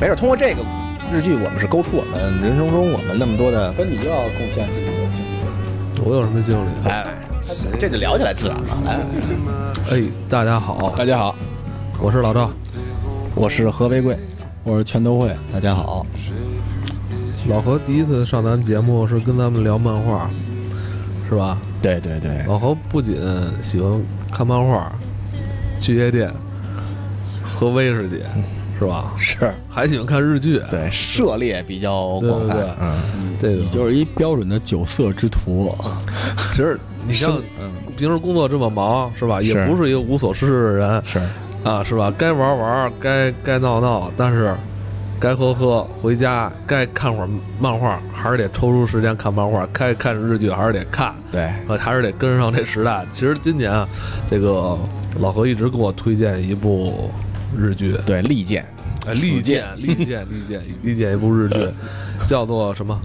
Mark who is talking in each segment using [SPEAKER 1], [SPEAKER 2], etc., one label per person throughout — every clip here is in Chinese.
[SPEAKER 1] 没准通过这个日剧，我们是勾出我们人生中我们那么多的，
[SPEAKER 2] 跟你又要贡献自己的经历，
[SPEAKER 3] 我有什么经历？
[SPEAKER 1] 哎，这就聊起来自然了。来，
[SPEAKER 3] 哎，大家好，
[SPEAKER 2] 大家好，
[SPEAKER 3] 我是老赵。
[SPEAKER 1] 我是何为贵，
[SPEAKER 2] 我是全都会，大家好，
[SPEAKER 3] 老何第一次上咱们节目是跟咱们聊漫画，是吧？
[SPEAKER 1] 对对对，
[SPEAKER 3] 老何不仅喜欢看漫画，去夜店，喝威士忌，是吧？
[SPEAKER 1] 是，
[SPEAKER 3] 还喜欢看日剧，
[SPEAKER 1] 对，涉猎比较广
[SPEAKER 3] 对对对
[SPEAKER 1] 泛，嗯，
[SPEAKER 3] 这个
[SPEAKER 2] 就是一标准的酒色之徒，
[SPEAKER 3] 其实你像
[SPEAKER 2] 嗯
[SPEAKER 3] 平时工作这么忙，是吧？也
[SPEAKER 1] 是
[SPEAKER 3] 不是一个无所事事的人
[SPEAKER 1] 是，
[SPEAKER 3] 啊，是吧？该玩玩，该该闹闹，但是该喝喝，回家该看会儿漫画，还是得抽出时间看漫画；该看日剧，还是得看。
[SPEAKER 1] 对，
[SPEAKER 3] 呃，还是得跟上这时代。其实今年啊，这个老何一直给我推荐一部日剧，
[SPEAKER 1] 对，利剑，
[SPEAKER 3] 呃利剑，利剑，利剑，利剑一部日剧，叫做什么？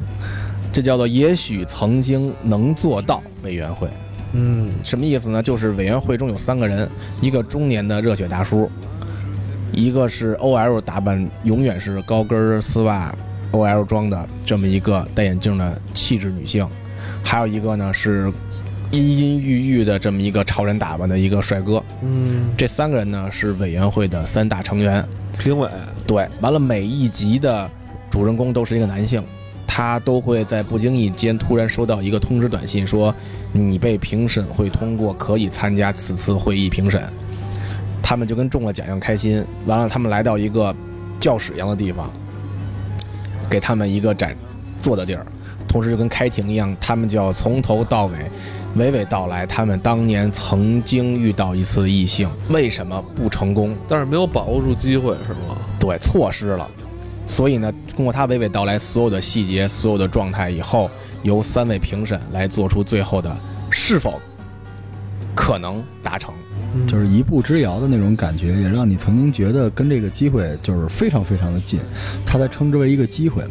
[SPEAKER 1] 这叫做也许曾经能做到委员会。
[SPEAKER 3] 嗯，
[SPEAKER 1] 什么意思呢？就是委员会中有三个人，一个中年的热血大叔，一个是 OL 打扮永远是高跟丝袜 OL 装的这么一个戴眼镜的气质女性，还有一个呢是阴阴郁郁的这么一个潮人打扮的一个帅哥。
[SPEAKER 3] 嗯，
[SPEAKER 1] 这三个人呢是委员会的三大成员。
[SPEAKER 3] 评委，
[SPEAKER 1] 对，完了每一集的主人公都是一个男性，他都会在不经意间突然收到一个通知短信说，你被评审会通过，可以参加此次会议评审。他们就跟中了奖一样开心。完了，他们来到一个教室一样的地方，给他们一个展坐的地儿，同时就跟开庭一样，他们就要从头到尾。娓娓道来，他们当年曾经遇到一次异性，为什么不成功？
[SPEAKER 3] 但是没有把握住机会，是吗？
[SPEAKER 1] 对，错失了。所以呢，通过他娓娓道来所有的细节、所有的状态以后，由三位评审来做出最后的是否可能达成。
[SPEAKER 2] 就是一步之遥的那种感觉，也让你曾经觉得跟这个机会就是非常非常的近，它才称之为一个机会嘛。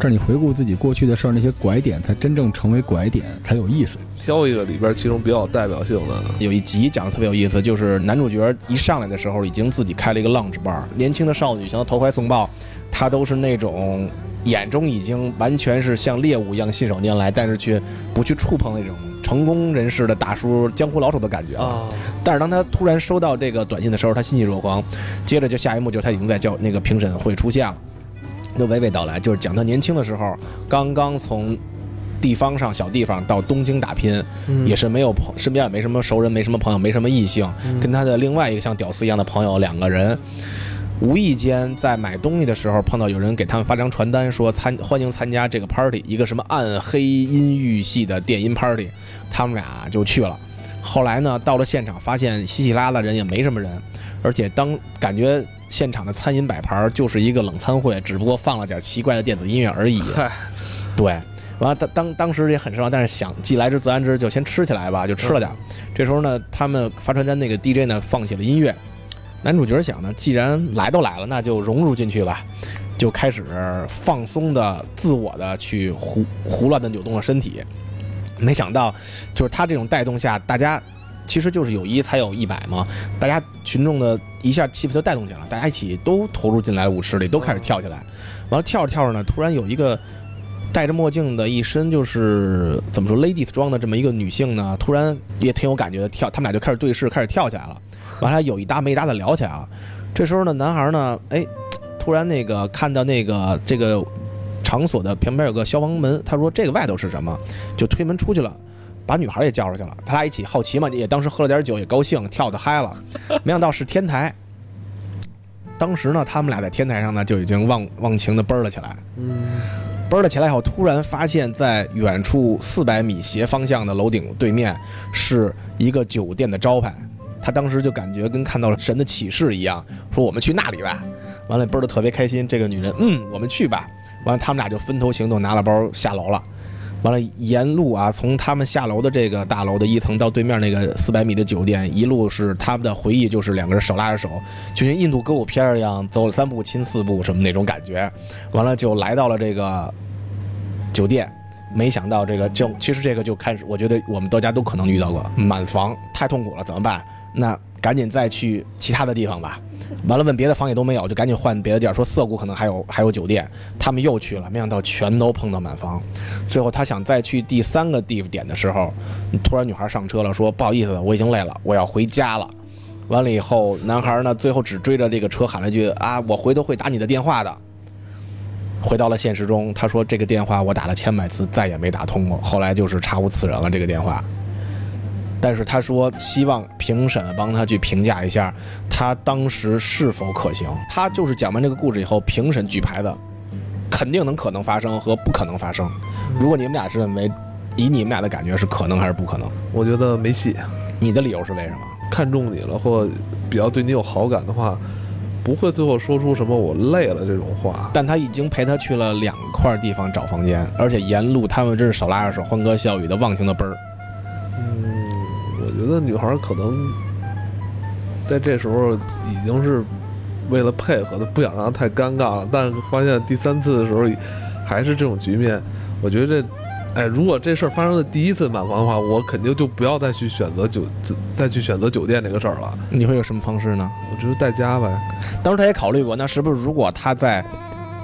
[SPEAKER 2] 这是你回顾自己过去的事儿，那些拐点才真正成为拐点，才有意思。
[SPEAKER 3] 挑一个里边其中比较有代表性的，
[SPEAKER 1] 有一集讲的特别有意思，就是男主角一上来的时候已经自己开了一个 lounge bar，年轻的少女向他投怀送抱，他都是那种眼中已经完全是像猎物一样信手拈来，但是却不去触碰那种成功人士的大叔、江湖老手的感觉了。
[SPEAKER 3] 啊，
[SPEAKER 1] 但是当他突然收到这个短信的时候，他欣喜若狂。接着就下一幕就是他已经在教那个评审会出现了，就娓娓道来，就是讲他年轻的时候，刚刚从地方上小地方到东京打拼，
[SPEAKER 3] 嗯
[SPEAKER 1] 也是没有朋身边也没什么熟人，没什么朋友，没什么异性，跟他的另外一个像屌丝一样的朋友两个人。无意间在买东西的时候碰到有人给他们发张传单，说参欢迎参加这个 party，一个什么暗黑音域系的电音 party，他们俩就去了。后来呢，到了现场发现稀稀拉拉人也没什么人，而且当感觉现场的餐饮摆盘就是一个冷餐会，只不过放了点奇怪的电子音乐而已。
[SPEAKER 3] 嗨，
[SPEAKER 1] 对，完了当当当时也很失望，但是想既来之则安之，就先吃起来吧，就吃了点儿。这时候呢，他们发传单那个 DJ 呢放起了音乐，男主角想呢，既然来都来了，那就融入进去吧，就开始放松的、自我的去胡胡乱的扭动了身体。没想到，就是他这种带动下，大家其实就是有一才有一百嘛，大家群众的一下气氛就带动起来了，大家一起都投入进来舞池里，都开始跳起来。完了跳着跳着呢，突然有一个戴着墨镜的，一身就是怎么说 ladies 装的这么一个女性呢，突然也挺有感觉的跳，他们俩就开始对视，开始跳起来了。完了有一搭没一搭的聊起来了。这时候呢，男孩呢，哎，突然那个看到那个这个场所的旁边有个消防门，他说这个外头是什么，就推门出去了。把女孩也叫出去了，他俩一起好奇嘛，也当时喝了点酒，也高兴，跳的嗨了。没想到是天台，当时呢，他们俩在天台上呢就已经忘忘情的奔了起来。
[SPEAKER 3] 嗯，
[SPEAKER 1] 奔了起来以后，突然发现，在远处四百米斜方向的楼顶对面是一个酒店的招牌。他当时就感觉跟看到了神的启示一样，说我们去那里吧。完了，奔的特别开心。这个女人，嗯，我们去吧。完了，他们俩就分头行动，拿了包下楼了。完了，沿路啊，从他们下楼的这个大楼的一层到对面那个四百米的酒店，一路是他们的回忆，就是两个人手拉着手，就像印度歌舞片儿一样，走了三步亲四步什么那种感觉。完了就来到了这个酒店，没想到这个就其实这个就开始，我觉得我们大家都可能遇到过满房，太痛苦了，怎么办？那赶紧再去其他的地方吧。完了问别的房也都没有，就赶紧换别的地儿，说涩谷可能还有还有酒店，他们又去了，没想到全都碰到满房。最后他想再去第三个地点的时候，突然女孩上车了，说不好意思，我已经累了，我要回家了。完了以后，男孩呢最后只追着这个车喊了一句啊，我回头会打你的电话的。回到了现实中，他说这个电话我打了千百次，再也没打通过。后来就是查无此人了这个电话。但是他说希望评审帮他去评价一下他当时是否可行。他就是讲完这个故事以后，评审举牌的，肯定能可能发生和不可能发生。如果你们俩是认为，以你们俩的感觉是可能还是不可能？
[SPEAKER 3] 我觉得没戏。
[SPEAKER 1] 你的理由是为什么？
[SPEAKER 3] 看中你了，或比较对你有好感的话，不会最后说出什么“我累了”这种话。
[SPEAKER 1] 但他已经陪他去了两块地方找房间，而且沿路他们真是手拉着手，欢歌笑语的，忘情的奔儿。
[SPEAKER 3] 嗯我觉得女孩可能在这时候已经是为了配合的，不想让她太尴尬了。但是发现第三次的时候还是这种局面，我觉得这。哎，如果这事儿发生在第一次满房的话，我肯定就不要再去选择酒，就再去选择酒店这个事儿了。
[SPEAKER 1] 你会有什么方式呢？
[SPEAKER 3] 我觉得在家呗，
[SPEAKER 1] 当时他也考虑过，那是不是如果他在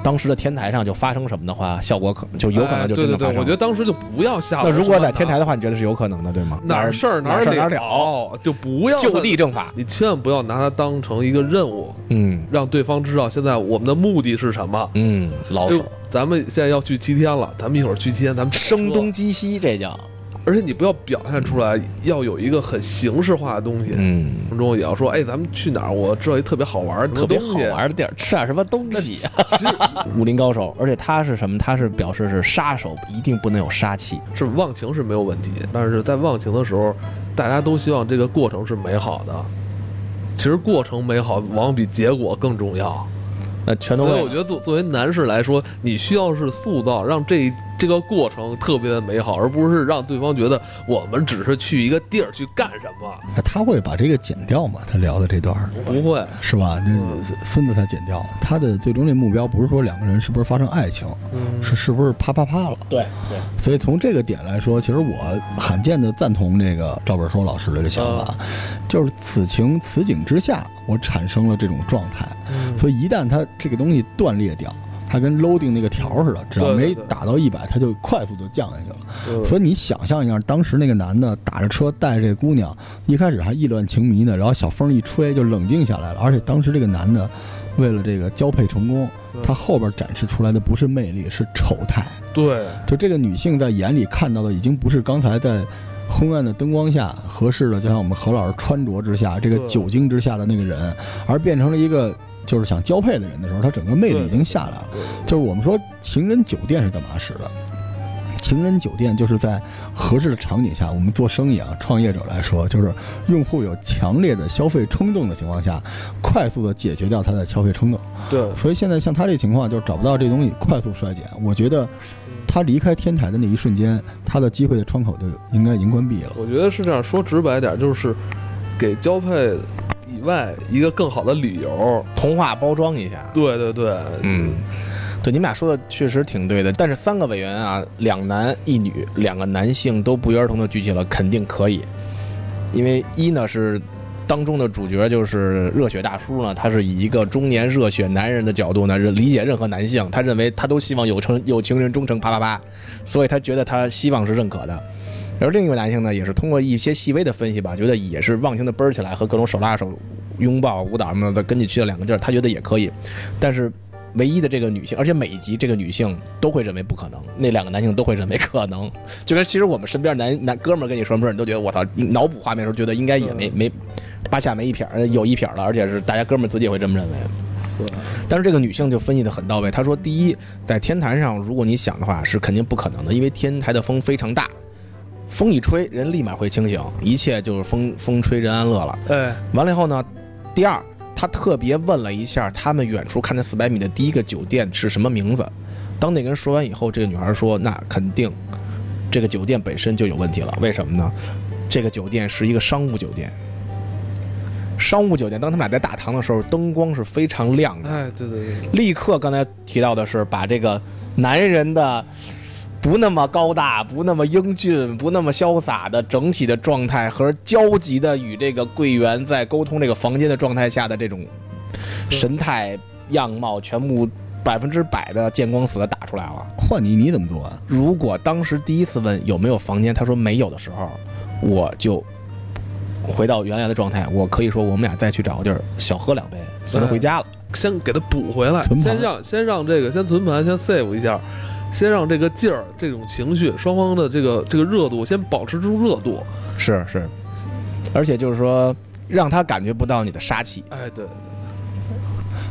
[SPEAKER 1] 当时的天台上就发生什么的话，效果可就有可能就
[SPEAKER 3] 哎对
[SPEAKER 1] 真
[SPEAKER 3] 对
[SPEAKER 1] 的发
[SPEAKER 3] 对，
[SPEAKER 1] 生了。
[SPEAKER 3] 我觉得当时就不要吓我。
[SPEAKER 1] 那如果在
[SPEAKER 3] 是吧
[SPEAKER 1] 天台的话，你觉得是有可能的，对吗？
[SPEAKER 3] 哪儿事儿
[SPEAKER 1] 哪儿
[SPEAKER 3] 儿
[SPEAKER 1] 事儿哪儿
[SPEAKER 3] 了，就不要
[SPEAKER 1] 就
[SPEAKER 3] 再
[SPEAKER 1] 地正法。
[SPEAKER 3] 你千万不要拿它当成一个任务，
[SPEAKER 1] 嗯
[SPEAKER 3] 让对方知道现在我们的目的是什么。
[SPEAKER 1] 嗯，老
[SPEAKER 3] 就咱们现在要去七天了，咱们一会儿去七天，咱们
[SPEAKER 1] 声
[SPEAKER 3] 东。
[SPEAKER 1] 东击西，这叫
[SPEAKER 3] 而且你不要表现出来，要有一个很形式化的东西。
[SPEAKER 1] 嗯，
[SPEAKER 3] 当中也要说，哎，咱们去哪儿？我知道一特别好玩儿什
[SPEAKER 1] 特
[SPEAKER 3] 么
[SPEAKER 1] 别
[SPEAKER 3] 东
[SPEAKER 1] 好
[SPEAKER 3] 西。
[SPEAKER 1] 玩的地儿，吃啊点什么东西。
[SPEAKER 3] 其实
[SPEAKER 1] 武林高手，而且他是什么？他是表示是杀手，一定不能有杀气。
[SPEAKER 3] 是忘情是没有问题，但是在忘情的时候，大家都希望这个过程是美好的。其实过程美好，往往比结果更重要。
[SPEAKER 1] 那全都
[SPEAKER 3] 所以
[SPEAKER 1] 会
[SPEAKER 3] 我觉得作作为男士来说，你需要是塑造让这这个过程特别的美好，而不是让对方觉得我们只是去一个地儿去干什么。
[SPEAKER 2] 哎他会把这个剪掉吗？他聊的这段儿
[SPEAKER 3] 不会，
[SPEAKER 2] 是吧？这孙子他剪掉，他的最终这目标不是说两个人是不是发生爱情，
[SPEAKER 3] 嗯
[SPEAKER 2] 是是不是啪啪啪了？
[SPEAKER 1] 对对，
[SPEAKER 2] 所以从这个点来说，其实我罕见的赞同这个赵本山老师的这想法，就是此情此景之下，我产生了这种状态。所以一旦它这个东西断裂掉，它跟 loading 那个条似的，只要
[SPEAKER 3] 对对
[SPEAKER 2] 没
[SPEAKER 3] 对
[SPEAKER 2] 打到一百，它就快速就降下去了。
[SPEAKER 3] 嗯
[SPEAKER 2] 所以你想象一下，当时那个男的打着车带着这姑娘，一开始还意乱情迷呢，然后小风一吹就冷静下来了。而且当时这个男的，为了这个交配成功，他后边展示出来的不是魅力，是丑态。
[SPEAKER 3] 对，
[SPEAKER 2] 就这个女性在眼里看到的，已经不是刚才在昏暗的灯光下合适的，就像我们何老师穿着之下，这个
[SPEAKER 3] 对
[SPEAKER 2] 酒精之下的那个人，而变成了一个就是想交配的人的时候，他整个魅力已经下来了。就是我们说情人酒店是干嘛使的？情人酒店就是在合适的场景下，我们做生意啊，创业者来说，就是用户有强烈的消费冲动的情况下，快速的解决掉他的消费冲动。
[SPEAKER 3] 对，
[SPEAKER 2] 所以现在像他这情况，就是找不到这东西，快速衰减。我觉得他离开天台的那一瞬间，他的机会的窗口就应该已经关闭了。
[SPEAKER 3] 我觉得是这样说直白点，就是给交配以外一个更好的理由。
[SPEAKER 1] 童话包装一下。
[SPEAKER 3] 对对对，
[SPEAKER 1] 嗯，对，你们俩说的确实挺对的。但是三个委员啊，两男一女，两个男性都不约而同的举起了肯定可以，因为一呢是。当中的主角就是热血大叔呢，他是以一个中年热血男人的角度呢，理解任何男性，他认为他都希望有成有情人终成啪啪啪，所以他觉得他希望是认可的。而另一个男性呢，也是通过一些细微的分析吧，觉得也是忘情的奔儿起来和各种手拉手、拥抱、舞蹈什么的，跟你去了两个地儿，他觉得也可以。但是唯一的这个女性，而且每一集这个女性都会认为不可能，那两个男性都会认为可能，就跟其实我们身边男男哥们儿跟你说什么事儿，你都觉得我操，脑补画面的时候觉得应该也没没八下没一撇儿，呃有一撇儿了，而且是大家哥们儿自己也会这么认为。
[SPEAKER 3] 对
[SPEAKER 1] 但是这个女性就分析的很到位，她说：第一，在天台上，如果你想的话，是肯定不可能的，因为天台的风非常大，风一吹，人立马会清醒，一切就是风风吹人安乐了。
[SPEAKER 3] 哎，
[SPEAKER 1] 完了以后呢，第二，他特别问了一下他们远处看那四百米的第一个酒店是什么名字。当那个人说完以后，这个女孩说：“那肯定，这个酒店本身就有问题了。为什么呢？这个酒店是一个商务酒店。商务酒店，当他们俩在大堂的时候，灯光是非常亮的。
[SPEAKER 3] 哎，对对对，
[SPEAKER 1] 立刻，刚才提到的是把这个男人的不那么高大、不那么英俊、不那么潇洒的整体的状态和焦急的与这个柜员在沟通这个房间的状态下的这种神态、样貌全部百分之百的见光死的打出来了。
[SPEAKER 2] 换你你怎么做啊？
[SPEAKER 1] 如果当时第一次问有没有房间，他说没有的时候，我就回到原来的状态。我可以说我们俩再去找个地儿小喝两杯，送他回家了。
[SPEAKER 3] 先给它补回来，
[SPEAKER 2] 存盘
[SPEAKER 3] 先让先让这个先存盘，先 save 一下，先让这个劲儿、这种情绪、双方的这个这个热度先保持住热度。
[SPEAKER 1] 是是，而且就是说让他感觉不到你的杀气。
[SPEAKER 3] 哎，对，对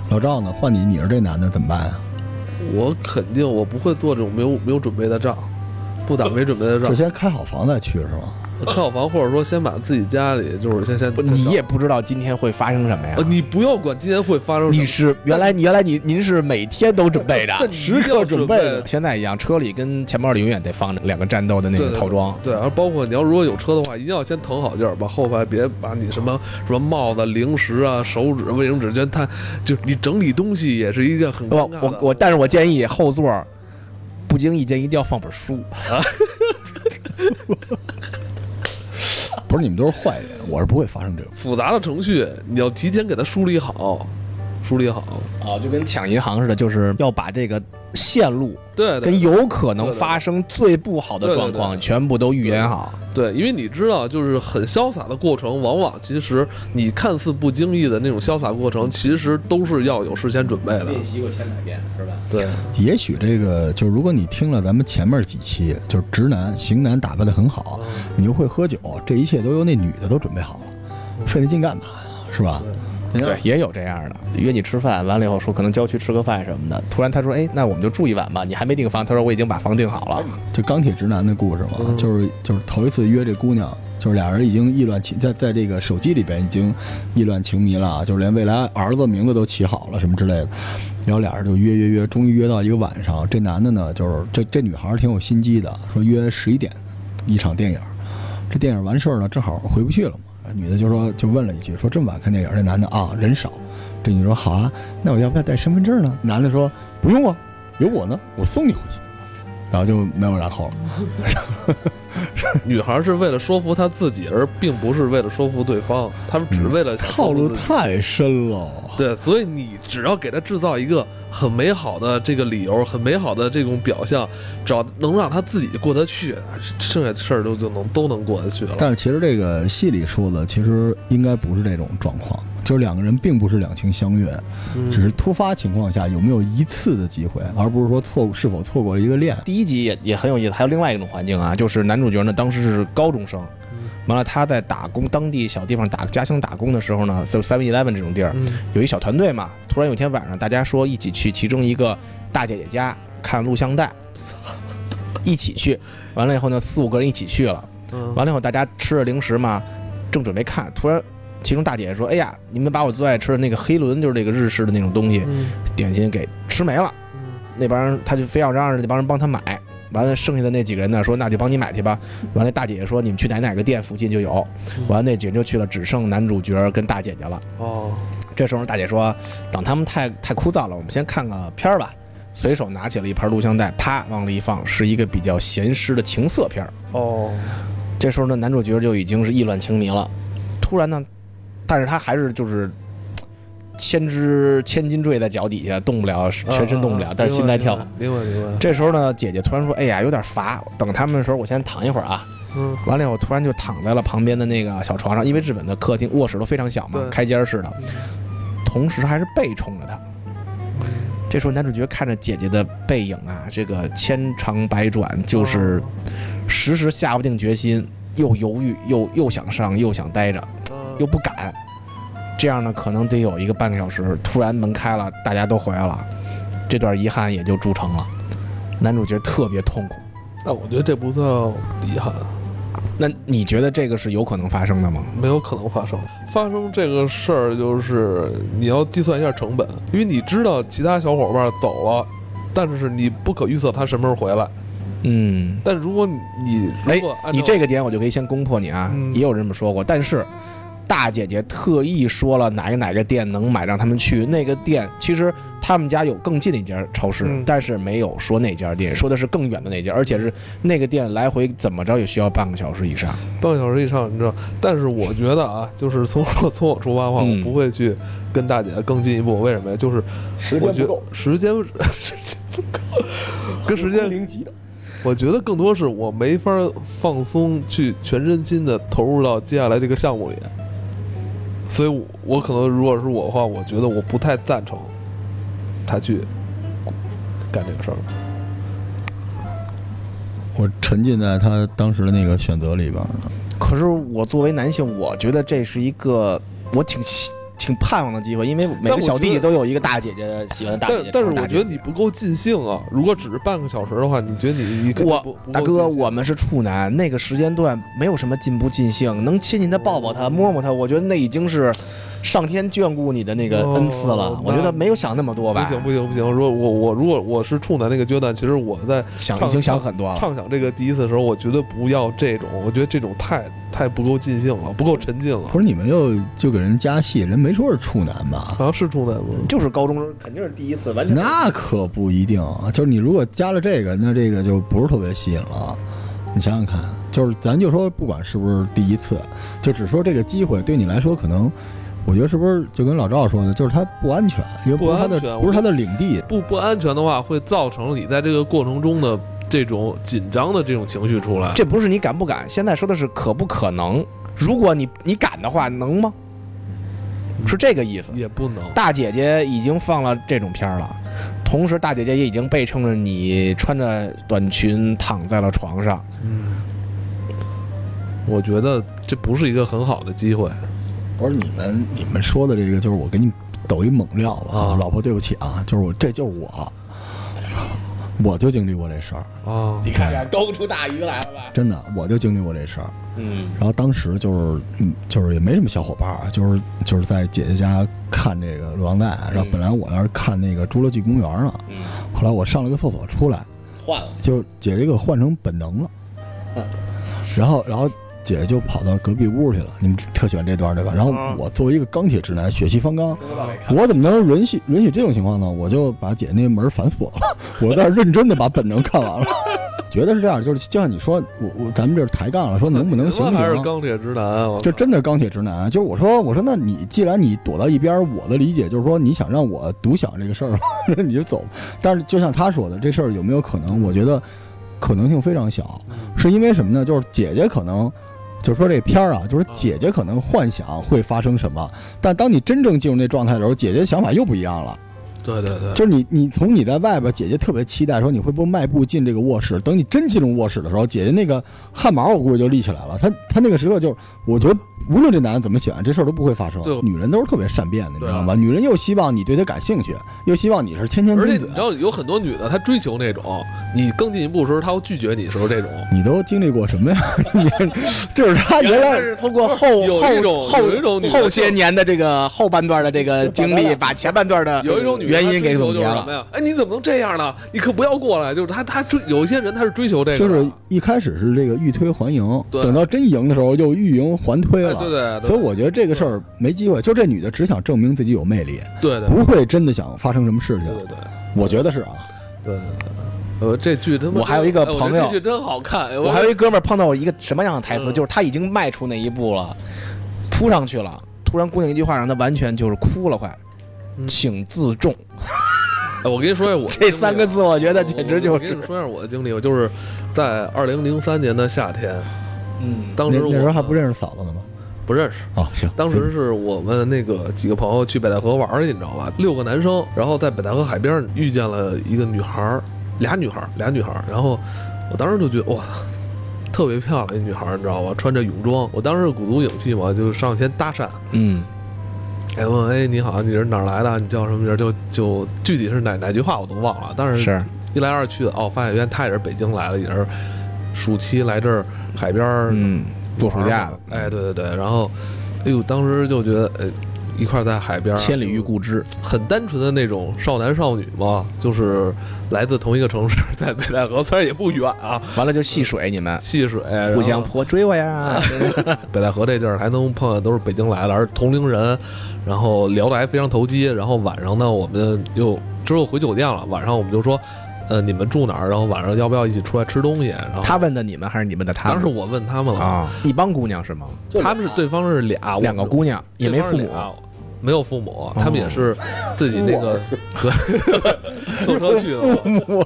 [SPEAKER 2] 老赵呢？换你，你是这男的怎么办啊？
[SPEAKER 3] 我肯定我不会做这种没有没有准备的仗，不打没准备的
[SPEAKER 2] 就
[SPEAKER 3] 仗。
[SPEAKER 2] 先开好房再去是吗？
[SPEAKER 3] 套房或者说先把自己家里就是先先
[SPEAKER 1] 你也不知道今天会发生什么呀
[SPEAKER 3] 呃，？你不要管今天会发生什
[SPEAKER 1] 你
[SPEAKER 3] 么，
[SPEAKER 1] 是原来你原来你您是每天都准 备着，
[SPEAKER 3] 但你一定要准备。
[SPEAKER 1] 现在一样，车里跟钱包里永远得放着两个战斗的那个
[SPEAKER 3] 对对
[SPEAKER 1] 套装。
[SPEAKER 3] 对，而包括你要如果有车的话，一定要先腾好地儿，把后排别把你什么什么帽子、零食啊、手指、卫生纸，就它就你整理东西也是一件很
[SPEAKER 1] 我
[SPEAKER 3] 尴尬的。
[SPEAKER 1] 我我，但是我建议后座儿不经意间一定要放本书。
[SPEAKER 3] 啊
[SPEAKER 2] 不是你们都是坏人，我是不会发生这种。
[SPEAKER 3] 复杂的程序，你要提前给它梳理好，梳理好。
[SPEAKER 1] 啊，就跟抢银行似的，就是要把这个线路
[SPEAKER 3] 对，对
[SPEAKER 1] 跟有可能
[SPEAKER 3] 对对
[SPEAKER 1] 发生最不好的
[SPEAKER 3] 对对
[SPEAKER 1] 状
[SPEAKER 3] 对
[SPEAKER 1] 况全部都预言好。
[SPEAKER 3] 对，因为你知道，就是很潇洒的过程，往往其实你看似不经意的那种潇洒过程，其实都是要有事先准备的。
[SPEAKER 1] 习过千百遍是吧？
[SPEAKER 3] 对，
[SPEAKER 2] 也许这个就如果你听了咱们前面几期，就是直男型男打扮的很好，你又会喝酒，这一切都由那女的都准备好了，费那劲干嘛呀？是吧？
[SPEAKER 1] 对，也有这样的，约你吃饭，完了以后说可能郊区吃个饭什么的，突然他说，哎，那我们就住一晚吧，你还没订房，他说我已经把房订好了。
[SPEAKER 2] 就钢铁直男的故事嘛，
[SPEAKER 3] 嗯
[SPEAKER 2] 就是就是头一次约这姑娘，就是俩人已经意乱情在在这个手机里边已经意乱情迷了啊，就是连未来儿子名字都起好了什么之类的，然后俩人就约约约，终于约到一个晚上，这男的呢就是这这女孩儿挺有心机的，说约十一点一场电影儿，这电影完事儿了，正好回不去了嘛。女的就说就问了一句，说这么晚看电影儿，这男的啊人少，这女的说好啊，那我要不要带身份证呢？男的说不用啊，有我呢，我送你回去。然后就没有然后了。
[SPEAKER 3] 女孩是为了说服她自己，而并不是为了说服对方，她们
[SPEAKER 1] 嗯
[SPEAKER 3] 只为了想
[SPEAKER 2] 套
[SPEAKER 3] 说服
[SPEAKER 2] 路
[SPEAKER 3] 自己。
[SPEAKER 2] 太 深了。
[SPEAKER 3] 对，所以你只要给她制造一个很美好的这个理由，很美好的这种表象，只要能让她自己过得去，剩下的事儿都就能都能过得去了。
[SPEAKER 2] 但是其实这个戏里说的，其实应该不是这种状况，就是两个人并不是两情相悦，
[SPEAKER 3] 嗯
[SPEAKER 2] 只是突发情况下有没有一次的机会，而不是说错是否错过了一个恋。
[SPEAKER 1] 第一集也也很有意思，还有另外一种环境啊，就是男主角呢当时是高中生，完了他在打工当地小地方打家乡打工的时候呢，就 Seven Eleven 这种地儿
[SPEAKER 3] 嗯，
[SPEAKER 1] 有一小团队嘛，突然有一天晚上大家说一起去其中一个大姐姐家看录 像带，一起去，完了以后呢四五个人一起去了，
[SPEAKER 3] 嗯
[SPEAKER 1] 完了以后大家吃着零食嘛，正准备看，突然其中大姐姐说：“哎呀，你们把我最爱吃的那个黑轮，就是那个日式的那种东西
[SPEAKER 3] 嗯
[SPEAKER 1] 点心给吃没了。”
[SPEAKER 3] 嗯
[SPEAKER 1] 那帮人他就非要嚷嚷着那帮人帮他买，完了剩下的那几个人呢说那就帮你买去吧，完了大姐姐说你们去哪哪个店附近就有，完了那几个人就去了，只剩男主角跟大姐姐了。
[SPEAKER 3] 哦，
[SPEAKER 1] 这时候大姐说等他们太太枯燥了，我们先看个片儿吧。随手拿起了一盘录像带，啪往里一放，是一个比较咸湿的情色片儿。
[SPEAKER 3] 哦，
[SPEAKER 1] 这时候呢，男主角就已经是意乱情迷了。突然呢，但是他还是就是嘖千只千斤坠在脚底下，动不了，全身动不了，但是心在跳。
[SPEAKER 3] 嗯啊明白明白。
[SPEAKER 1] 这时候呢，姐姐突然说：“哎呀，有点乏，等他们的时候，我先躺一会儿啊。
[SPEAKER 3] 嗯”
[SPEAKER 1] 完了以后，突然就躺在了旁边的那个小床上，因为日本的客厅卧室都非常小嘛，
[SPEAKER 3] 对
[SPEAKER 1] 开间式
[SPEAKER 3] 嗯
[SPEAKER 1] 的，同时还是背冲着她。
[SPEAKER 3] 嗯
[SPEAKER 1] 这时候男主角看着姐姐的背影啊，这个千长百转，就是
[SPEAKER 3] 嗯
[SPEAKER 1] 时时下不定决心，又犹豫，又又想上，又想待着，
[SPEAKER 3] 哦
[SPEAKER 1] 又不敢。这样呢，可能得有一个半个小时。突然门开了，大家都回来了，这段遗憾也就铸成了。男主角特别痛苦。
[SPEAKER 3] 那我觉得这不算遗憾，
[SPEAKER 1] 那你觉得这个是有可能发生的吗？
[SPEAKER 3] 没有可能发生。发生这个事儿就是你要计算一下成本，因为你知道其他小伙伴走了，但是你不可预测他什么时候回来。
[SPEAKER 1] 嗯，
[SPEAKER 3] 但如果你你
[SPEAKER 1] 哎
[SPEAKER 3] 如果按照
[SPEAKER 1] 你这个点我就可以先攻破你啊，
[SPEAKER 3] 嗯
[SPEAKER 1] 也有人这么说过。但是大姐姐特意说了哪个哪个店能买，让他们去那个店。其实他们家有更近的一家超市，
[SPEAKER 3] 嗯
[SPEAKER 1] 但是没有说那家店，说的是更远的那家，而且是那个店来回怎么着也需要半个小时以上。
[SPEAKER 3] 半个小时以上，你知道？但是我觉得啊，就是从我从我出发的话，
[SPEAKER 1] 嗯
[SPEAKER 3] 我不会去跟大姐更进一步。为什么呀？就是
[SPEAKER 2] 时
[SPEAKER 3] 我
[SPEAKER 2] 间
[SPEAKER 3] 觉
[SPEAKER 2] 不
[SPEAKER 3] 得
[SPEAKER 2] 够，
[SPEAKER 3] 时间 时间不够，跟时间
[SPEAKER 2] 零级的，
[SPEAKER 3] 我觉得更多是我没法放松，去全身心的投入到接下来这个项目里。所以我，我可能如果是我的话，我觉得我不太赞成他去干这个事儿。
[SPEAKER 2] 我沉浸在他当时的那个选择里边儿了。
[SPEAKER 1] 可是我作为男性，我觉得这是一个我挺希挺盼望的机会，因为每
[SPEAKER 3] 但
[SPEAKER 1] 个
[SPEAKER 3] 我
[SPEAKER 1] 小弟
[SPEAKER 3] 觉
[SPEAKER 1] 弟
[SPEAKER 3] 得
[SPEAKER 1] 都有一个大姐姐喜欢的大姐
[SPEAKER 3] 但
[SPEAKER 1] 姐。
[SPEAKER 3] 但是
[SPEAKER 1] 大
[SPEAKER 3] 我
[SPEAKER 1] 姐姐
[SPEAKER 3] 觉得你不够尽兴啊！如果只是半个小时的话，你觉得你你肯定
[SPEAKER 1] 我
[SPEAKER 3] 不不够
[SPEAKER 1] 大哥，
[SPEAKER 3] 尽兴
[SPEAKER 1] 我们是处男，那个时间段没有什么尽不尽兴，能亲亲他、抱抱他、摸摸他，我觉得那已经是上天眷顾你的那个
[SPEAKER 3] 哦
[SPEAKER 1] 恩赐了。我觉
[SPEAKER 3] 那
[SPEAKER 1] 得没有想那么多吧
[SPEAKER 3] 不，行不行不行！如果我我如果我是处男那个阶段，其实我在
[SPEAKER 1] 想
[SPEAKER 3] 唱
[SPEAKER 1] 已经想很多了。
[SPEAKER 3] 畅想这个第一次的时候，我绝对不要这种，我觉得这种太太不够尽兴了，不够沉浸了。
[SPEAKER 2] 不是你们又就给人加戏，人没说是处男吧？
[SPEAKER 3] 好像是处男吗？
[SPEAKER 1] 就是高中肯定是第一次，完全
[SPEAKER 2] 那可不一定啊，就是你如果加了这个，那这个就不是特别吸引了。啊你想想看，就是咱就说，不管是不是第一次，就只说这个机会对你来说，可能我觉得是不是就跟老赵说的，就是它不安全，因为不是他
[SPEAKER 3] 不安全
[SPEAKER 2] 的不是他的领地。
[SPEAKER 3] 不不安全的话，会造成你在这个过程中的这种紧张的这种情绪出来。
[SPEAKER 1] 这不是你敢不敢，现在说的是可不可能。如果你你敢的话，能吗？是这个意思。
[SPEAKER 3] 也不能，
[SPEAKER 1] 大姐姐已经放了这种片儿了，同时大姐姐也已经被称着你穿着短裙躺在了床上。
[SPEAKER 3] 嗯，我觉得这不是一个很好的机会。
[SPEAKER 2] 不是你们你们说的这个，就是我给你抖一猛料了
[SPEAKER 3] 啊
[SPEAKER 2] 老婆对不起啊，就是我这就是我，哎我就经历过这事儿，
[SPEAKER 3] 啊，
[SPEAKER 1] 你看看，勾出大鱼来了吧？
[SPEAKER 2] 真的我就经历过这事儿。
[SPEAKER 1] 嗯。
[SPEAKER 2] 然后当时就是，嗯，就是也没什么小伙伴儿，就是就是在姐姐家看这个《鹿王带》，然后
[SPEAKER 1] 嗯
[SPEAKER 2] 本来我那儿看那个《侏罗纪公园》呢，
[SPEAKER 1] 嗯，
[SPEAKER 2] 后来我上了个厕所出来，
[SPEAKER 1] 换了。
[SPEAKER 2] 就姐姐给我换成本能了，然后然后姐姐就跑到隔壁屋去了。你们特喜欢这段对吧？然后
[SPEAKER 3] 嗯
[SPEAKER 2] 我作为一个钢铁直男，血气方刚，我怎么能允许允许这种情况呢？我就把姐姐那门反锁了，我在那儿认真的把本能看完了。觉得是这样，就是就像你说，我我咱们这儿抬杠了，说 能不能行不行
[SPEAKER 3] 还是
[SPEAKER 2] 啊？
[SPEAKER 3] 钢铁直男啊？我
[SPEAKER 2] 就真的钢铁直男，就是我说我说那你既然你躲到一边儿，我的理解就是说你想让我独享这个事儿，那 你就走。但是就像他说的，这事儿有没有可能？我觉得可能性非常小，是因为什么呢？就是姐姐可能。就是说这片儿啊，就是姐姐可能幻想会发生什么，但当你真正进入那状态的时候，姐姐想法又不一样了。
[SPEAKER 3] 对对对，
[SPEAKER 2] 就是你，你从你在外边，姐姐特别期待说你会不会迈步进这个卧室。等你真进入卧室的时候，姐姐那个汗毛我估计就立起来了。她她那个时刻就是，我觉得无论这男的怎么选，这事儿都不会发生
[SPEAKER 3] 对。
[SPEAKER 2] 女人都是特别善变的，你
[SPEAKER 3] 对啊
[SPEAKER 2] 知道吗？女人又希望你对她感兴趣，又希望你是谦谦
[SPEAKER 3] 而且
[SPEAKER 2] 君
[SPEAKER 3] 你
[SPEAKER 2] 子
[SPEAKER 3] 知。道，有很多女的她追求那种，你更进一步的时候，她会拒绝你的时候，这种
[SPEAKER 2] 你都经历过什么呀？ 你就是她原来
[SPEAKER 1] 是通过后
[SPEAKER 3] 有一种
[SPEAKER 1] 后后
[SPEAKER 3] 有一种女的
[SPEAKER 1] 后些年的这个后半段的这个经历，把前半段的
[SPEAKER 3] 有一种女的
[SPEAKER 1] 原因
[SPEAKER 3] 她追
[SPEAKER 1] 给
[SPEAKER 3] 求
[SPEAKER 1] 总
[SPEAKER 3] 就
[SPEAKER 1] 结
[SPEAKER 3] 是什么
[SPEAKER 1] 了。
[SPEAKER 3] 呀？哎，你怎么能这样呢？你可不要过来！就是她，她追有一些人，她是追求这个的，
[SPEAKER 2] 就是一开始是这个欲推还迎，
[SPEAKER 3] 对
[SPEAKER 2] 等到真赢的时候又欲迎还推
[SPEAKER 3] 哎
[SPEAKER 2] 了。
[SPEAKER 3] 对对对，
[SPEAKER 2] 所以我觉得这个事儿没机会。就这女的只想证明自己有魅力，
[SPEAKER 3] 对对
[SPEAKER 2] 不会真的想发生什么事情
[SPEAKER 3] 对。对对。
[SPEAKER 2] 我觉得是啊。
[SPEAKER 3] 对对对，呃，这剧他妈真，
[SPEAKER 1] 我还有一个
[SPEAKER 3] 哎我觉得
[SPEAKER 1] 朋友
[SPEAKER 3] 这剧真好看。哎
[SPEAKER 1] 我还有一哥们儿碰到我一个什么样的台词，
[SPEAKER 3] 嗯
[SPEAKER 1] 就是他已经迈出那一步了，扑上去了，突然姑娘一句话让他完全就是哭了，快，
[SPEAKER 3] 嗯
[SPEAKER 1] 请自重。
[SPEAKER 3] 哎我跟你说一下我的
[SPEAKER 1] 这
[SPEAKER 3] 经历
[SPEAKER 1] 三个
[SPEAKER 3] 啊
[SPEAKER 1] 字我觉得简直
[SPEAKER 3] 我
[SPEAKER 1] 就
[SPEAKER 3] 我跟
[SPEAKER 1] 是
[SPEAKER 3] 你，说一下我的经历，我就是在二零零三年的夏天，
[SPEAKER 1] 嗯，
[SPEAKER 3] 当
[SPEAKER 2] 那
[SPEAKER 3] 时我
[SPEAKER 2] 那时候还不认识嫂子呢吗？
[SPEAKER 3] 不认识。
[SPEAKER 2] 哦，行，
[SPEAKER 3] 当
[SPEAKER 2] 行
[SPEAKER 3] 时是我们那个几个朋友去北戴河玩儿去，你知道吧？六个男生，然后在北戴河海边儿遇见了一个女孩儿，俩女孩儿，俩女孩儿。然后我当时就觉得哇，特别漂亮一女孩儿，你知道吧？穿着泳装，我当时鼓足勇气嘛，就上前搭讪，
[SPEAKER 1] 嗯，
[SPEAKER 3] 哎问哎你好，你是哪儿来的？你叫什么名儿？就就具体是哪哪句话我都忘了，但是
[SPEAKER 1] 是，
[SPEAKER 3] 一来二去的哦，发现原来她也是北京来的，也是暑期来这儿海边儿
[SPEAKER 1] 嗯，过暑假了，
[SPEAKER 3] 哎，对对对，然后，哎呦，当时就觉得，哎，一块儿在海边儿，
[SPEAKER 1] 嗯千里遇故知，
[SPEAKER 3] 很单纯的那种少男少女嘛，就是来自同一个城市， 在北戴河，虽然也不远啊，
[SPEAKER 1] 完了就戏水你们。
[SPEAKER 3] 戏水，啊然后
[SPEAKER 1] 互相泼追我呀！
[SPEAKER 3] 嗯 北戴河这地儿还能碰见都是北京来的，而同龄人，然后聊得还非常投机。然后晚上呢，我们又之后回酒店了，晚上我们就说，呃，你们住哪儿？然后晚上要不要一起出来吃东西？然后
[SPEAKER 1] 他问的你们还是你问的他们？
[SPEAKER 3] 当时我问他们了，
[SPEAKER 1] 啊，一帮姑娘是吗？
[SPEAKER 3] 他们是对方是俩，我
[SPEAKER 1] 两个姑娘也没父
[SPEAKER 3] 对
[SPEAKER 1] 母哦
[SPEAKER 3] 方是，俩。没有父母，他们也是自己那个和 坐车去的。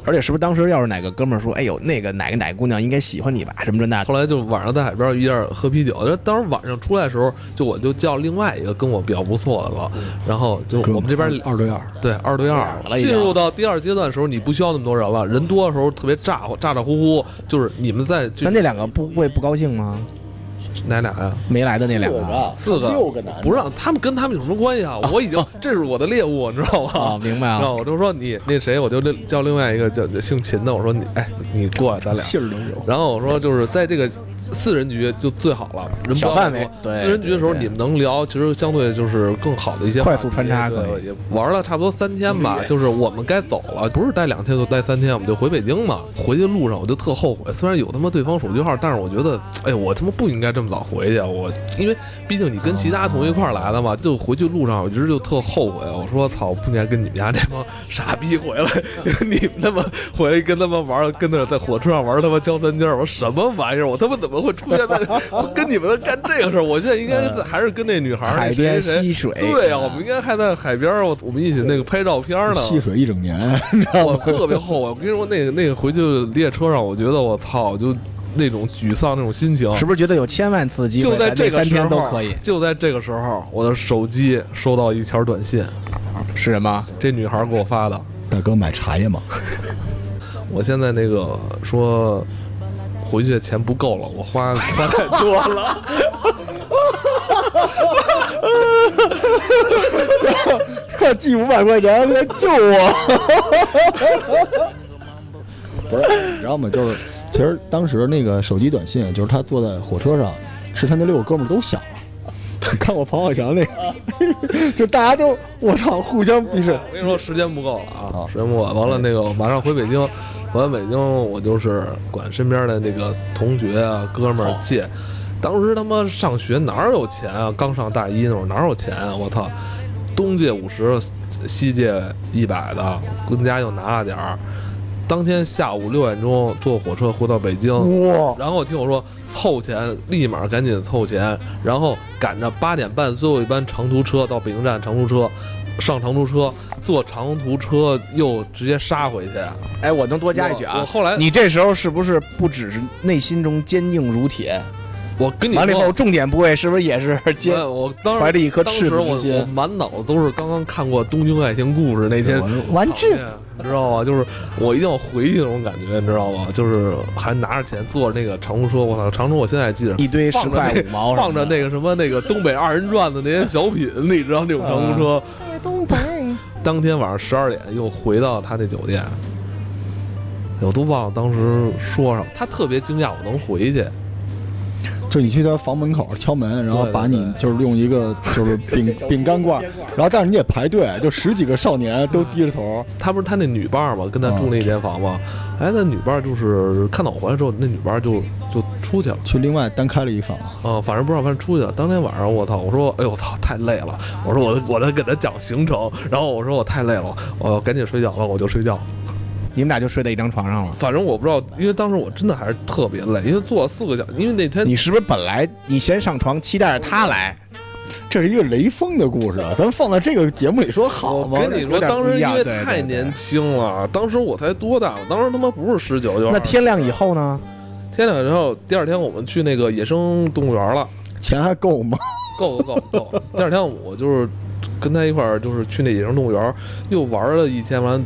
[SPEAKER 1] 而且是不是当时要是哪个哥们儿说，哎呦，那个哪个哪个姑娘应该喜欢你吧，什么这那的，
[SPEAKER 3] 后来就晚上在海边遇见喝啤酒，然后当时晚上出来的时候，就我就叫另外一个跟我比较不错的了，
[SPEAKER 1] 嗯
[SPEAKER 3] 然后就我们这边
[SPEAKER 2] 二对二，
[SPEAKER 3] 对二对二
[SPEAKER 1] 了已经
[SPEAKER 3] 进入到第二阶段的时候，你不需要那么多人了，人多的时候特别咋咋咋呼呼，就是你们在这
[SPEAKER 1] 那那两个不会不高兴吗？
[SPEAKER 3] 哪俩呀？
[SPEAKER 1] 没来的那两
[SPEAKER 4] 四
[SPEAKER 1] 个
[SPEAKER 4] 个，
[SPEAKER 3] 四个
[SPEAKER 2] 啊
[SPEAKER 4] 六个男的，
[SPEAKER 3] 不让他们跟他们有什么关系 啊？我已经这是我的猎物，你知道
[SPEAKER 1] 啊，
[SPEAKER 3] 吗？
[SPEAKER 1] 明白
[SPEAKER 3] 然
[SPEAKER 1] 了，
[SPEAKER 3] 后我就说你那谁，我就叫另外一个叫姓秦的，我说你哎你过来咱俩，
[SPEAKER 1] 儿都有。
[SPEAKER 3] 然后我说就是在这个四人局就最好了，人不
[SPEAKER 1] 小
[SPEAKER 3] 要
[SPEAKER 1] 范围
[SPEAKER 3] 多
[SPEAKER 1] 对
[SPEAKER 3] 四人局的时候
[SPEAKER 1] 对对
[SPEAKER 3] 你们能聊，其实相对就是更好的一些
[SPEAKER 1] 快速穿插
[SPEAKER 3] 话题
[SPEAKER 1] 可以
[SPEAKER 3] 对，也玩了差不多三天吧，就是我们该走了，不是待两天就待三天，我们就回北京嘛。回去路上我就特后悔，虽然有他妈对方手机号，但是我觉得，哎，我他妈不应该这么早回去，啊我因为毕竟你跟其他同学一块儿来的嘛，就回去路上我一直就特后悔，我说操，不应该跟你们家这帮傻逼回来，你们他妈回来跟他们玩儿，跟那儿在火车上玩儿他妈交三尖儿，我说什么玩意儿？我他妈怎么会出现在我跟你们干这个事儿？我现在应该
[SPEAKER 1] 嗯
[SPEAKER 3] 还是跟那女孩儿
[SPEAKER 1] 海边
[SPEAKER 3] 谁谁
[SPEAKER 1] 溪水，
[SPEAKER 3] 对呀、啊我们应该还在海边儿，我我们一起那个拍照片儿呢。
[SPEAKER 2] 戏水一整 年，
[SPEAKER 3] 我特别后悔，我跟你说，那个那个回去列车上，我觉得我操，就那种沮丧那种心情，
[SPEAKER 1] 是不是觉得有千万次机
[SPEAKER 3] 就
[SPEAKER 1] 会，
[SPEAKER 3] 在这
[SPEAKER 1] 那
[SPEAKER 3] 个
[SPEAKER 1] 三
[SPEAKER 3] 时候
[SPEAKER 1] 天
[SPEAKER 3] 啊
[SPEAKER 1] 都可以？
[SPEAKER 3] 就在这个时候，我的手机收到一条短信，
[SPEAKER 1] 是什么？
[SPEAKER 3] 这女孩儿给我发的。
[SPEAKER 2] 大哥买茶叶吗？
[SPEAKER 3] 我现在那个说回去的钱不够了，我花花太多了。
[SPEAKER 2] 快寄五百块钱来救我！ 不是，你知道吗？就是其实当时那个手机短信，就是他坐在火车上，是他那六个哥们儿都响了。你看我彭浩翔那个， 就大家都我操，互相鄙视。
[SPEAKER 3] 我跟你说，时间不够了啊，
[SPEAKER 2] 啊
[SPEAKER 3] 时间不够了。完了，那个我马上回北京，完北京我就是管身边的那个同学啊、哥们儿借。当时他妈上学哪有钱啊？刚上大一那会儿哪有钱啊？我操，东借五十，西借一百的，跟家又拿了点儿。当天下午六点钟坐火车回到北京，
[SPEAKER 2] 哇！
[SPEAKER 3] 然后我听我说凑钱，立马赶紧凑钱，然后赶着八点半最后一班长途车到北京站长途车，上长途车，坐长途车又直接杀回去。
[SPEAKER 1] 哎，我能多
[SPEAKER 3] 我
[SPEAKER 1] 加一句
[SPEAKER 3] 我
[SPEAKER 1] 啊，
[SPEAKER 3] 后来
[SPEAKER 1] 你这时候是不是不只是内心中坚定如铁？
[SPEAKER 3] 我跟你
[SPEAKER 1] 完了以后，
[SPEAKER 3] 说，
[SPEAKER 1] 重点部位是不是也 是坚
[SPEAKER 3] 我我当
[SPEAKER 1] 怀
[SPEAKER 3] 时
[SPEAKER 1] 着一颗
[SPEAKER 3] 当时
[SPEAKER 1] 赤子
[SPEAKER 3] 我
[SPEAKER 1] 之
[SPEAKER 3] 我
[SPEAKER 1] 心？
[SPEAKER 3] 满脑子都是刚刚看过《东京爱情故事》那些
[SPEAKER 2] 完
[SPEAKER 3] 讨厌，你知道吗？就是我一定要回去那种感觉，你知道吗？就是还拿着钱坐着那个长途车，我操，长途我现在还记着，
[SPEAKER 1] 一堆十块五毛什
[SPEAKER 3] 放
[SPEAKER 1] 么
[SPEAKER 3] 着
[SPEAKER 1] 的，
[SPEAKER 3] 那个什么那个东北二人转的那些小品，你知道那种长途车。
[SPEAKER 1] 嗯
[SPEAKER 3] 东北。 当天晚上十二点又回到他那酒店，我都忘了当时说什么。他特别惊讶我能回去，
[SPEAKER 2] 就是你去他房门口敲门，然后
[SPEAKER 3] 对对
[SPEAKER 2] 把你
[SPEAKER 3] 对
[SPEAKER 2] 就是用一个就是 饼饼干罐儿，然后但是你得排队，就十几个少年都低着头，
[SPEAKER 3] 他不是他那女伴儿嘛，跟他住那间房嘛。哎，那女伴儿就是看到我回来之后，那女伴儿就就出去了。
[SPEAKER 2] 去另外单开了一房。
[SPEAKER 3] 啊，反正不知道，反正出去了。当天晚上，我操，我说，哎呦，我操，太累了。我说我我在给他讲行程，然后我说我太累了，我赶紧睡觉了，我就睡觉。
[SPEAKER 1] 你们俩就睡在一张床上了。
[SPEAKER 3] 反正我不知道，因为当时我真的还是特别累，因为坐了四个小时，因为那天
[SPEAKER 1] 你是不是本来你先上床，期待着他来？
[SPEAKER 2] 这是一个雷锋的故事，啊，咱放在这个节目里说好
[SPEAKER 3] 我
[SPEAKER 2] 吗？
[SPEAKER 3] 跟你说，
[SPEAKER 1] 有点
[SPEAKER 3] 当
[SPEAKER 1] 不
[SPEAKER 3] 时
[SPEAKER 1] 一
[SPEAKER 3] 因
[SPEAKER 1] 样
[SPEAKER 3] 为
[SPEAKER 1] 对对
[SPEAKER 3] 太
[SPEAKER 1] 对
[SPEAKER 3] 年轻了，当时我才多大？我当时他妈不是十九就
[SPEAKER 1] 那天亮以后呢？
[SPEAKER 3] 天亮之后，第二天我们去那个野生动物园了，
[SPEAKER 2] 钱还 够吗？
[SPEAKER 3] 够够够。 第二天我就是跟他一块儿，就是去那野生动物园又玩了一天，完了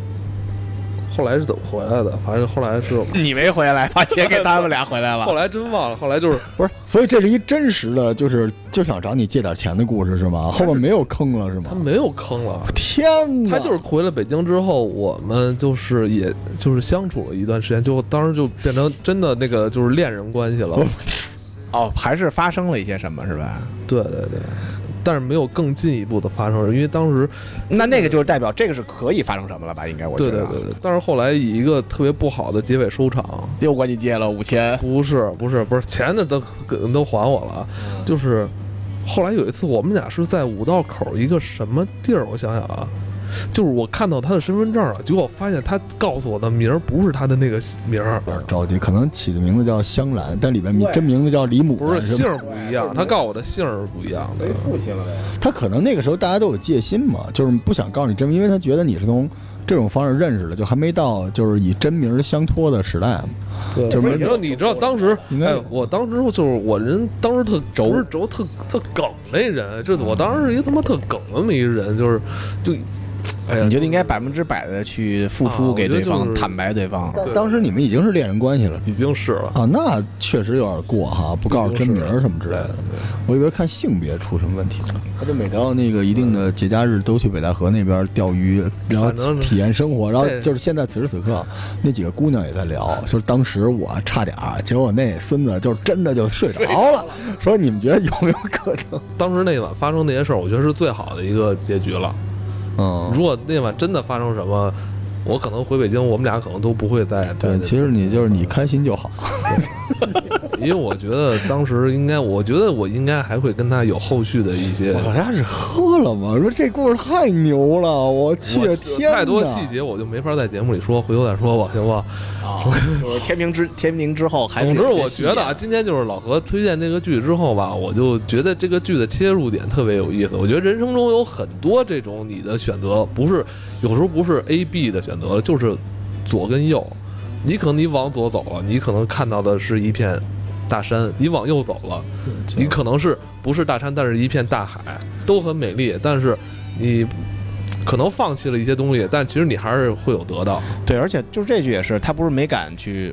[SPEAKER 3] 后来是怎么回来的？反正后 来是。
[SPEAKER 1] 你没回来，把钱给他们俩回来
[SPEAKER 3] 后
[SPEAKER 1] 了。
[SPEAKER 3] 来真忘了，后来就是
[SPEAKER 2] 不是，所以这是一真实的，就是就想找你借点钱的故事是吗？后面没有坑了是
[SPEAKER 3] 他
[SPEAKER 2] 吗？
[SPEAKER 3] 没有坑了，
[SPEAKER 2] 天哪！
[SPEAKER 3] 他就是回了北京之后，我们就是也就是相处了一段时间，就当时就变成真的那个就是恋人关系了。
[SPEAKER 1] 哦，还是发生了一些什么，是吧？
[SPEAKER 3] 对对对，但是没有更进一步的发生，因为当时
[SPEAKER 1] 那那个就是代表这个是可以发生什么了吧？应该我觉
[SPEAKER 3] 对
[SPEAKER 1] 得。啊
[SPEAKER 3] 对对对，但是后来以一个特别不好的结尾收场。
[SPEAKER 1] 又管你借了五千，
[SPEAKER 3] 不是不是不是，钱的都都还我了啊，
[SPEAKER 1] 嗯
[SPEAKER 3] 就是后来有一次我们俩是在五道口一个什么地儿，我想想啊，就是我看到他的身份证了，结果我发现他告诉我的名儿不是他的那个名儿，
[SPEAKER 2] 有点着急，可能起的名字叫香兰，但里面名
[SPEAKER 1] 对
[SPEAKER 2] 真名字叫李母
[SPEAKER 3] 不是
[SPEAKER 2] 兰，
[SPEAKER 3] 姓
[SPEAKER 2] 吧
[SPEAKER 3] 儿不一样，他告诉我的姓儿是不一样的
[SPEAKER 1] 没。父亲了呗。
[SPEAKER 2] 他可能那个时候大家都有戒心嘛，就是不想告诉你真名，因为他觉得你是从这种方式认识的，就还没到就是以真名儿相托的时代。
[SPEAKER 3] 对，
[SPEAKER 2] 就是
[SPEAKER 3] 你知道，你知道当时，
[SPEAKER 2] 应该
[SPEAKER 3] 哎，我当时就是我人当时特
[SPEAKER 1] 轴
[SPEAKER 3] 不是轴特特梗那人，就是我当时是一他妈特梗那么一人，就是就，哎呀，
[SPEAKER 1] 你觉得应该百分之百的去付出给对
[SPEAKER 3] 啊我
[SPEAKER 1] 方，
[SPEAKER 3] 觉得就是
[SPEAKER 1] 坦白对方。
[SPEAKER 2] 但当时你们已经是恋人关系了。
[SPEAKER 3] 已经是了，
[SPEAKER 2] 啊，那确实有点过哈，不告诉真名儿什么之类的。我以为看性别出什么问题呢。他就每到那个一定的节假日，都去北戴河那边钓鱼，然后
[SPEAKER 3] 反正
[SPEAKER 2] 体验生活。然后
[SPEAKER 3] 对
[SPEAKER 2] 就是现在此时此刻，那几个姑娘也在聊，就是当时我差点儿，结果那孙子就真的就睡着了。说你们觉得有没有可能？
[SPEAKER 3] 当时那晚发生那些事儿，我觉得是最好的一个结局了。
[SPEAKER 2] 嗯，
[SPEAKER 3] 如果那晚真的发生什么，我可能回北京，我们俩可能都不会再
[SPEAKER 2] 对，其实你就是你开心就好。
[SPEAKER 3] 因为我觉得当时应该，我觉得我应该还会跟他有后续的一些
[SPEAKER 2] 我，好像是喝了嘛，说这故事太牛了，我去
[SPEAKER 3] 我
[SPEAKER 2] 天哪！
[SPEAKER 3] 太多细节我就没法在节目里说，回头再说吧，行吧？
[SPEAKER 1] 啊， 就是天明之天明之后，还是
[SPEAKER 3] 总之，
[SPEAKER 1] 有些
[SPEAKER 3] 我
[SPEAKER 1] 细
[SPEAKER 3] 觉得啊，
[SPEAKER 1] 节
[SPEAKER 3] 今天就是老何推荐这个剧之后吧，我就觉得这个剧的切入点特别有意思。我觉得人生中有很多这种你的选择，不是有时候不是 A、B 的选择，就是左跟右。你可能你往左走了，你可能看到的是一片大山；你往右走了，你可能是不是大山，但是一片大海，都很美丽。但是你可能放弃了一些东西，但其实你还是会有得到。
[SPEAKER 1] 对，而且就是这句也是，他不是没敢去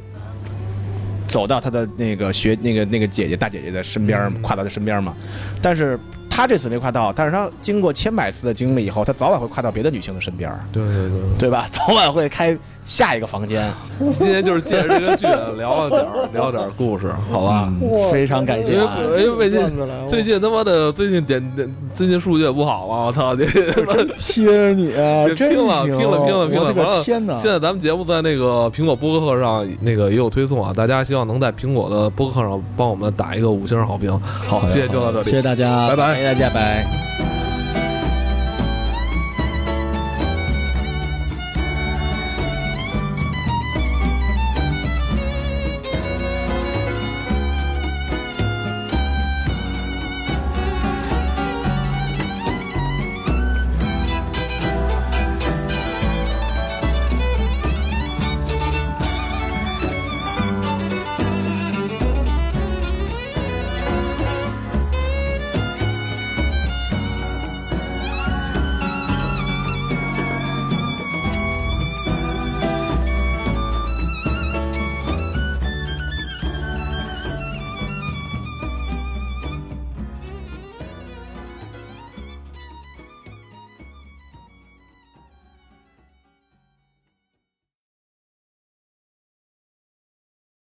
[SPEAKER 1] 走到他的那个学那个那个姐姐大姐姐的身边儿，
[SPEAKER 3] 嗯
[SPEAKER 1] 跨到她身边儿嘛。但是他这次没跨到，但是他经过千百次的经历以后，他早晚会跨到别的女性的身边儿，
[SPEAKER 3] 对对对。
[SPEAKER 1] 对吧？ 早晚会开下一个房间。
[SPEAKER 3] 今天就是借着这个剧聊了点儿，聊了点儿故事，好吧？
[SPEAKER 1] 嗯非常感
[SPEAKER 3] 因
[SPEAKER 1] 谢
[SPEAKER 3] 为
[SPEAKER 1] 啊！
[SPEAKER 3] 因为最近最近他妈的最近点点最近数据也不好啊！我操，这他 妈
[SPEAKER 2] 拼你啊！
[SPEAKER 3] 这
[SPEAKER 2] 真
[SPEAKER 3] 拼了
[SPEAKER 2] 行
[SPEAKER 3] 拼了拼了拼
[SPEAKER 2] 我
[SPEAKER 3] 了！完
[SPEAKER 2] 的个
[SPEAKER 3] 了，
[SPEAKER 2] 天哪！
[SPEAKER 3] 现在咱们节目在那个苹果播客上那个也有推送啊，大家希望能在苹果的播客上帮我们打一个五星好评。好，
[SPEAKER 2] 好呀
[SPEAKER 3] 谢谢，就到这里，
[SPEAKER 2] 谢谢大家，
[SPEAKER 3] 拜拜。
[SPEAKER 1] 感谢大家，拜。